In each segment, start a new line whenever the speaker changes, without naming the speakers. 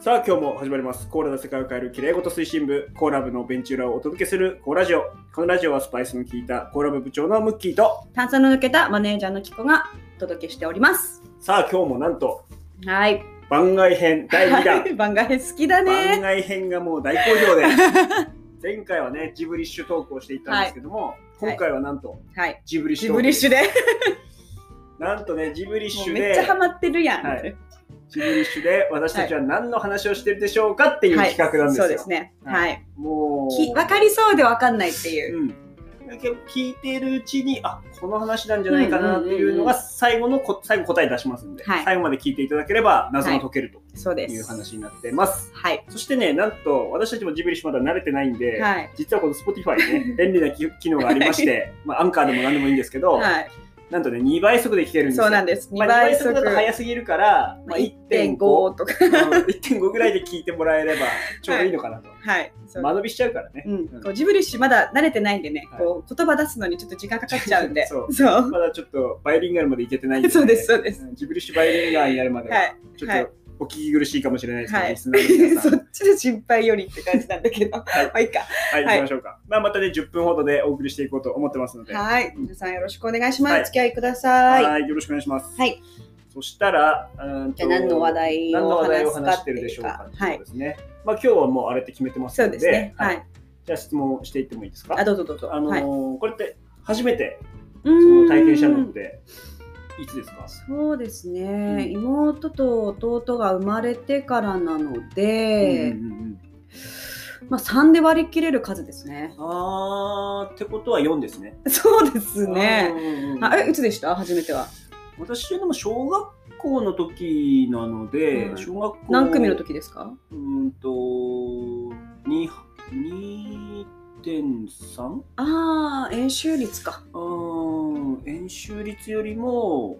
さあ今日も始まりますコーラの世界を変えるきれいごと推進部コーラ部のベンチ裏をお届けするコーラジオこのラジオはスパイスの効いたコーラ部部長のムッキーと
炭酸の抜けたマネージャーのキコがお届けしております。
さあ今日もなんと
はい。
番外編第2弾
番外編好きだ
番
ね。
外編がもう大好評で前回はねジブリッシュトークをしていったんですけども、今回はなんと
はい。
ジブリッシュ
ジ
トー
ブ
ク
リッシュで。
なんとねジブリッ
も
シ
う
ュ
めっちゃハ
で
マってるやん。
はいジブリッシュで私たちは何の話をしてるでしょうかっていう企画なんですよ、
そうですね。
は
はい。
もう
きわかりそうでわかんないっていう。
うん、聞いてるうちにあこの話なんじゃないかなっていうのが最後のこ最後答え出しますんで、
はい
最後まで聞いていただければ謎が解ける
そう
とい
で
う
す。
話になってます、
はい。
そしてねなんと私たちもジブリッシュまだ慣れてないんで、
はい。
実はこの Spotify ね便利な機機能がありまして、まあ、アンカーでも何でもいいんですけど、
はい。
なんとね2倍速で聞けるんですよ
そうなんです。
まあ、
2
2倍
倍
速
速。
だと早すぎるから、まあ、1.5
1.5とか。
うん1.5ぐらいで聞いてもらえればちょうどいいのかなと、
はい。 そう
間延びしちゃうからね、
うん
うん
こうジブリッシュまだ慣れてないんでね、
はい
こう言葉出すのにちょっと時間かかっちゃうん で
そう
そう
まだちょっとバイリンガルまでいけてないんで、
そうですそうです
んジブリッシュバイリンガルになるまでは、
はい
ちょ
はい
っとお聞き苦しいかもしれないですけど、
はい
リスナーの皆さん
そっちの心配よりって感じなんだけど、
はい
まあいいか
はい、行きましょうか。まあ、またね、10分ほどでお送りしていこうと思ってますので、
はい、皆さんよろしくお願いします。
はい
お付き合いください。
いよろしくお願いします。
はい。
そしたら、うーんと
じゃあ何の話題
何の
を
話題
話
を
すか
話し
って
てるで
い
しょ
う
うか
か
っ。て
は
こと
い
で。すね。まあ、今日はもうあれって決めてます
そ
の
う
で、
ですね。は
はい
い。
じゃあ質問していってもいいですか。
あ、どうぞどうぞ。
あの
はい。
ーこれって初めて
そ
その体験したのっていつですか
そうですね、
ん
妹と弟が生まれてからなの
う
で
ん、うんうんうん
まあ3で割り切れる数で すね。
あーってことは4ですね。
そうですね。
うんうんうん
あえいつでした初めては。
私でも小学校の時なので、
うん
小学校
何組の時ですか？
うーんとに2.3
ああ演習率か。
うーん演習率よりも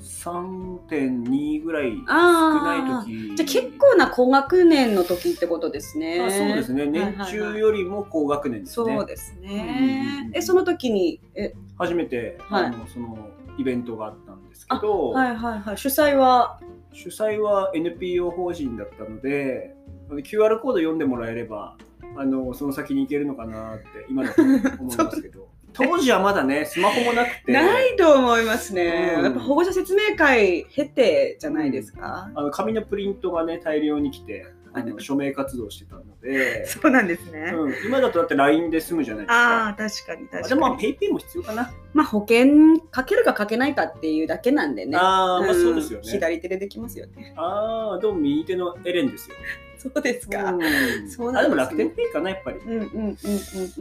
3.2ぐらい少な
あ
い
あ。
時
じゃあ結構な高学年の時ってことですね。
あそうですね
はいはい
年中よりも高学年ですね、
そうです
うんうんう
ね
ん。
え、その時に、え、
初めて、
はい
あのそのイベントがあったんですけど、
はいはいはい、主催は、
主催は NPO 法人だったのであの QR コード読んでもらえればあのその先に行けるのかなって今だと思いますけ ど当時はまだねスマホもなくて
ないと思いますね。
うん
やっぱ保護者説明会経てじゃないですか。
あの紙のプリントがね大量に来てあの署名活動してたので、
そうなんですね。
うん、今だとだって LINE で済むじゃないですか。
ああ、確かに確
あ
か
でもまあ
に。
PayPay も必要かな。
まあ保険かけるかかけないかっていうだけなんでね。
ああ、まあ
ん
そうですよね。
左手でできますよね。
ああ、でも右手のエレンですよ。
そうですか。
うん
そうな
あで
んですね
も楽天ペイかな、やっぱり。
うんうんうんうん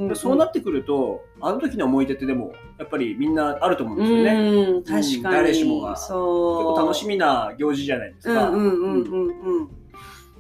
うん。
そうなってくると、あの時の思い出ってでも、やっぱりみんなあると思うんですよね。
うん、確かに。
誰しもが結
そう。
構楽しみな行事じゃないです
う
か。
んうんうんうんうん。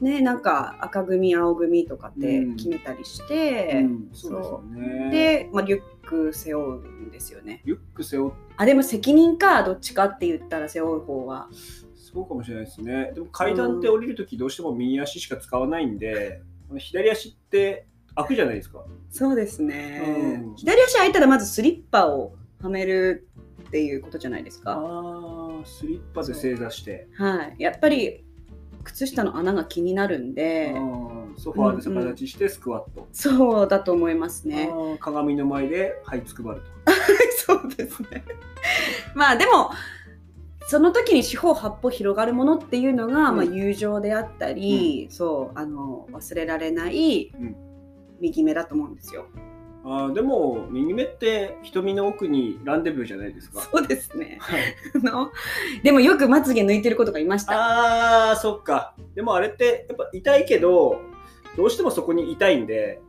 ねなんか赤組青組とかって決めたりして、
うんそうですよね。
で、まあ、リュック背負うんですよね。
リュック背負っ
あでも責任かどっちかって言ったら背負う方は。
そうかもしれないですね。でも階段って降りるときどうしても右足しか使わないんで、あの左足って開くじゃないですか。
そうですね
うん
左足開いたらまずスリッパをはめるっていうことじゃないです
あ
か。
あ、スリッパで正座して、
はい、やっぱり靴下の穴が気になるん
あ
で、
ーソファーで逆立ちしてスクワット、
そうだと思いますね。
あー鏡の前ではいつくばると。
そうですね。 まあでもその時に四方八方広がるものっていうのが、
うん
まあ、友情であったり、そうあの忘れられない
うん
右目だと思うんですよ。
あーでも右目って瞳の奥にランデブーじゃないです か。
そうですね。あのでもよくまつげ抜いてることがいました。
ああそっかでもあれってやっぱ痛いけどどうしてもそこに痛いんで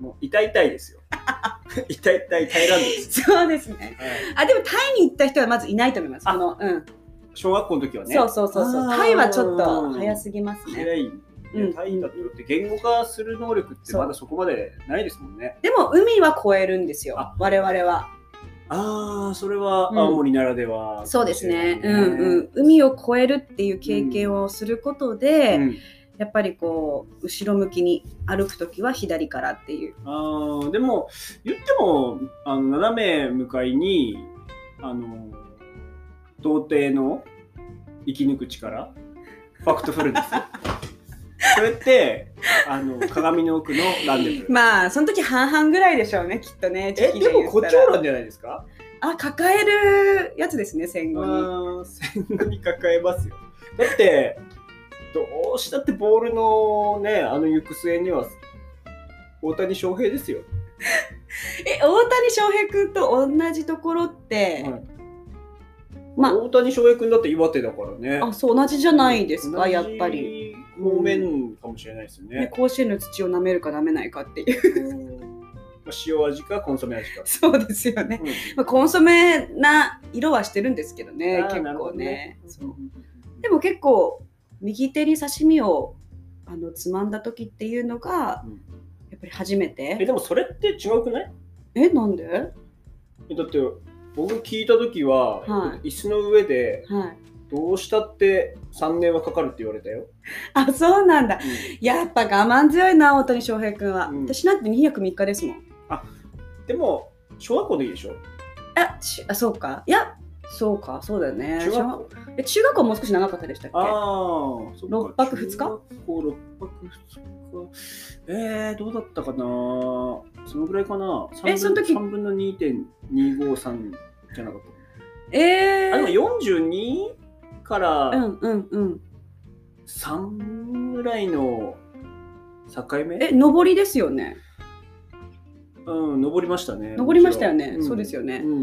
もう痛い痛いですよ 痛い痛い耐えらんです、
そうですね。
はい
あでもタイに行った人はまずいないと思います。
あ
このうん、
小学校の時はね
そうそうそうそう。
あー
タイはちょっと早すぎますね。
早い、ね
うん
タイだとって言語化する能力って
そう
まだそこまでないですもんね
でも海は越えるんですよ
あ。
我々は。
ああそれは
うん
青森ならでは、
そうですね。
か
う
もしれない
んうん。海を越えるっていう経験をすることで、
うん
やっぱりこう後ろ向きに歩くときは左からっていう。
あーでも言ってもあの斜め向かいにあの 童貞の生き抜く力ファクトフルですよそれってあの鏡の奥のランデブー。
まあその時半々ぐらいでしょうねきっとね
え
時期
でも
言った
誇
ら
張論じゃないですか
あ抱えるやつですね戦後に
あー戦後に抱えますよだってどうしたってボールのねあの行く末には大谷翔平ですよ、
え大谷翔平君と同じところって、
はい
ま
大谷翔平君だって岩手だからね
あそう同じじゃないですか、
同じ
やっぱり、
方面かもしれないですよ
ね、
ね、
甲子園の土を舐めるか舐めないかっていう
うん まあ、塩味かコンソメ味か、
そうですよね、
うん
まあ、コンソメな色はしてるんですけどね
あー
結
なるほ
構
ど
ねそう
で
でも結構右手に刺身をあのつまんだ時っていうのが、
うん
やっぱり初め
え
て
でもそれって違くない
えなんで
えだって僕聞いた時は、
は
椅子の上で
はい
どうしたって3年はかかるって言われたよ、
あそうなんだ
うん
やっぱ我慢強いな大谷翔平君は、
うん
私なんて2泊3日ですもん
でも小学校の時でしょ
あちあそうかいやそうかそうだよね
中学校
え中学校もう少し長かったでしたっけ
ああそっか
六泊二日
中学校六泊二日えー、どうだったかなそのぐらいかな三分
えその時
3分の2.253じゃなかっ
え
たあでも
ー、
42か
う
ら
んうんうん
3ぐらいの境目、
え上りですよね
うん、登りましたね。
登りましたよね
もちろん
そうですよね
うんうんうんう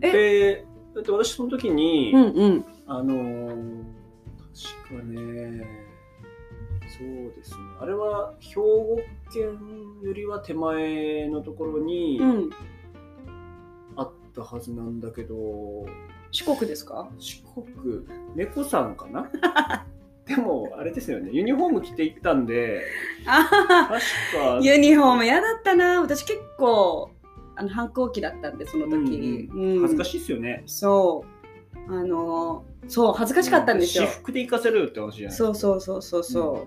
ん、
え
で、だって私その時に、
うんうん
あのー確かね、そうですね、あれは兵庫県よりは手前のところに
うん
あったはずなんだけど、
四国ですか
四国、猫さんかなでも、あれですよね、ユニフォーム着て行ったんで、
あ
確か
ー、ユニフォーム嫌だったな私結構あの反抗期だったんでその時に、
うん恥ずか
い
しいですよね。
そうあのそう恥ずかしかったんですよ、
私服で行かせるって話じゃない
そうそうそうそうそ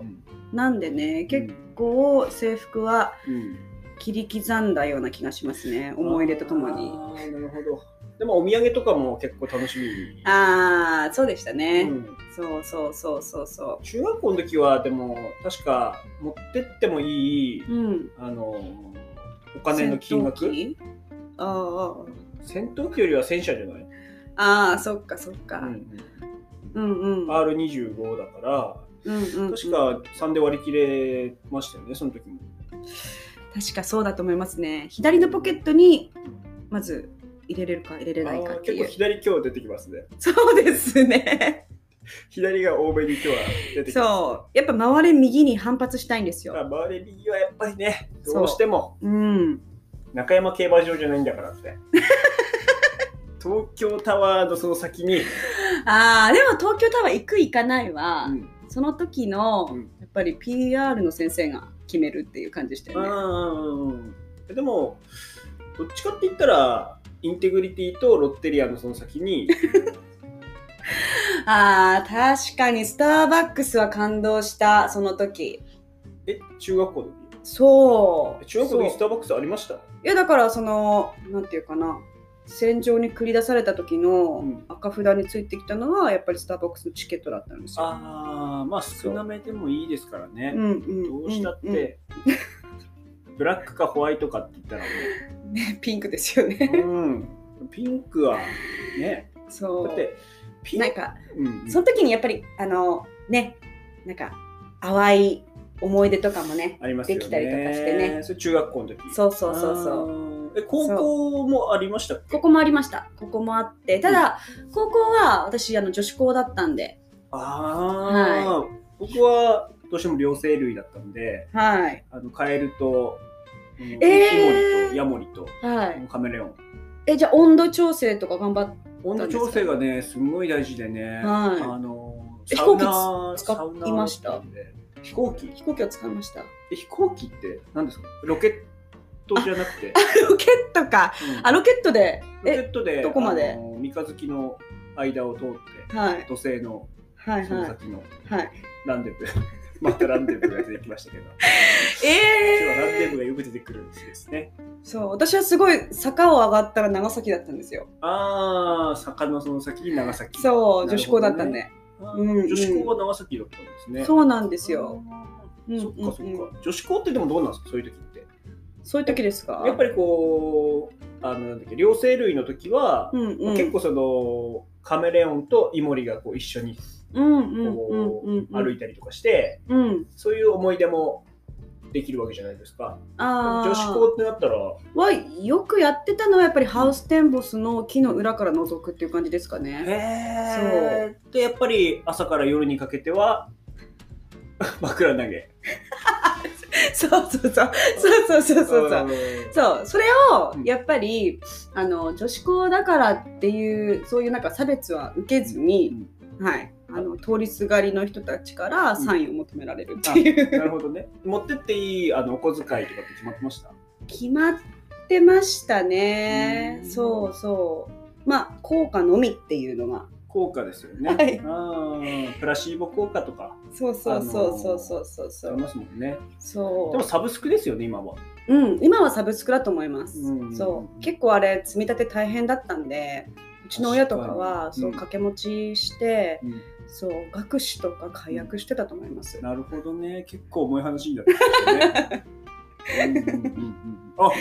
ん
う、なんでね結構制服は
うん
切り刻んだような気がしますね思い出とともに
あーなるほどでもお土産とかも結構楽しみに
ああーそうでしたね、
うん
そうそうそうそうそ
中学校の時はでも確か持ってってもいいう
うん
あのお金の金額
戦
戦闘
闘機あー
機よりは戦車じゃない、
あーそっかそっか、
う
うん、
ん
うんうん
R25 だから
うんうん
確か3で割り切れましたよねその時も
確かそうだと思いますね左のポケットにまず入れれるか入れれ
あ
ないか
ー
って
結
い
構
う
左今日出てきますね
そうで すね
左が多めに今日は出てきます
そうやっぱ回れ右に反発したいんです
だから
よ
周り右はやっぱりね
そう
どうしても
うん
中山競馬場じゃないんだからって 東京タワーのその先に、
あーでも東京タワー行く行かないは、
うん
その時の、
うん
やっぱり PR の先生が決めるっていう感じでした
う
よね。
んうんうんでもどっちかって言ったらインテグリティとロッテリアのその先 に
ああ確かにスターバックスは感動したその時
え中学校の時
そう
え中学校の時ス
そう
ターバックスありました
いやだからそのなんていうかな戦場に繰り出された時の
うん
赤札についてきたのはやっぱりスターバックスのチケットだったんですよ。
ああまあ少なめでもいいですからね
うんうん
どうしたっ
うんうん
て、ブラックかホワイトかって言ったら
ね、ピンクですよね。
もう、うん、ピンクはね
そ
だっ
う
てピン
な
ク
んか
うんうん
その時にやっぱりあのねなんか淡い思い出とかもね
ありますよね。
できたりとかしてね
それ中学校の時。
そうそうそうそう。
う。え、高校もありましたっけ
ここもありました。ここもあって、ただ、高校は私、あの女子校だったんで。
ああ、僕はどうしても両生類だったんで、
はい。
あのカエルと、うんイモリ
ー
とヤモリと
はい。
カメレオン。
え、じゃあ、温度調整とか頑張っ
温度調整がね、すごい大事でね、
はい
あの
え
サウナ
飛行機使
サウナ
いました
なんで飛行機
飛行機を使いました。
え飛行機って何ですかロケットじゃなくて、
ロケットか。
うん
あ、ロケットで。
ロケ
え、
ットで
どこまで
あの三日月の間を通って
はい。
土星の
はい
その
はい。
先の
はい。
ランデブー、 またランデブーが出てきましたけど、今日はランデ
え
ブーがよく出てくるんですね。
ー、そう、私はすごい坂を上がったら長崎だったんですよ。
ああ、坂のその先に長崎。
そう、
なるほどね
女子校だったんで。
あー
うんうん
女子校は長崎だったんですね。
そうなんですよ。
あ
うん
そっかそっか、
うんうん
女子校ってでもどうなんですかそういう時って
そういう時ですか
やっぱりこうあのなんだっけ両生類の時は、
うんうん、
結構そのカメレオンとイモリがこう一緒に
うんうんうんうんうん
歩いたりとかして、
うん、
そういう思い出もできるわけじゃないですか
あー
女子校ってなったら
はよくやってたのはやっぱりハウステンボスの木の裏から覗くっていう感じですかね。
へえでやっぱり朝から夜にかけては 枕投げ
そうそうそうそうそうそうそうそう。
ん
そうそれをやっぱりあの女子校だからっていうそういうなんか差別は受けずに、はいあの通りすがりの人たちからサインを求められるって いう、
なるほどね持ってっていいあのお小遣いとかって決まってました
決まってましたね。
うん
そうそうまあ効果のみっていうのが
効果ですよね、
はい
あープラシーボ効果とか
そうそうそうそうそうそうそ
あり
う
ますもんね
そう
でもサブスクですよね今は
うん、今はサブスクだと思います。
うん
そう結構あれ積み立て大変だったんでうちの親とか
確か
は
に
そう
うん
掛け持ちして、
うん
そう学士とか解約してたと思います。
なるほどね。結構重い話になってきたね。 うんうんうんうんあも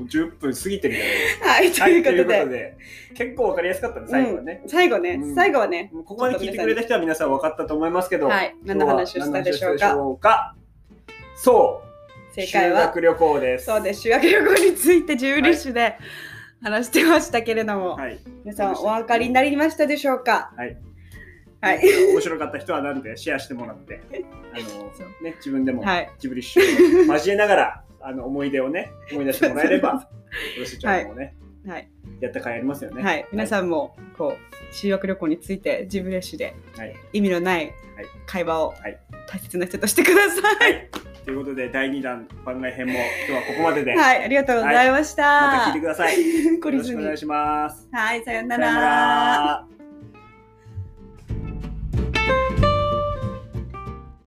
う10分過ぎてるじ
はいと
ゃないいう と
こ
いう
と
こ
で、
とで結構わかりやすかったね最後はね。
最後ね、
うん
最後はね
もうここまで聞いてくれた人は皆さん分かったと思いますけど、
はい
今
何
日
の
は
話をしたでしょう
何
か。
の話をしたでしょうかそう
正解
修
は
学旅行です。
そうです修学旅行について自由律シュで話してましたけれども、
はい、
皆さんお分かりになりましたでしょうか。
はい
はい
面白かった人はなんでシェアしてもら って、あの
そう
ね自分でも
はい
ジブリッシュを交えながらあの思い出をね思い出してもらえれ ば、私たちゃんもね、
はい
やった甲斐ありますよね。
はい、皆さんもこう修学旅行について自分レッシュで
はい
意味のない会話を
はい
大切な人としてくださ。
はいいということで第2弾番外編も今日はここまでで、
はい、ありがとうございました。
また聞いてください。よ
これ
ろ
ず
しくお
に
願いします。
はい、さような
さような
ら。
ら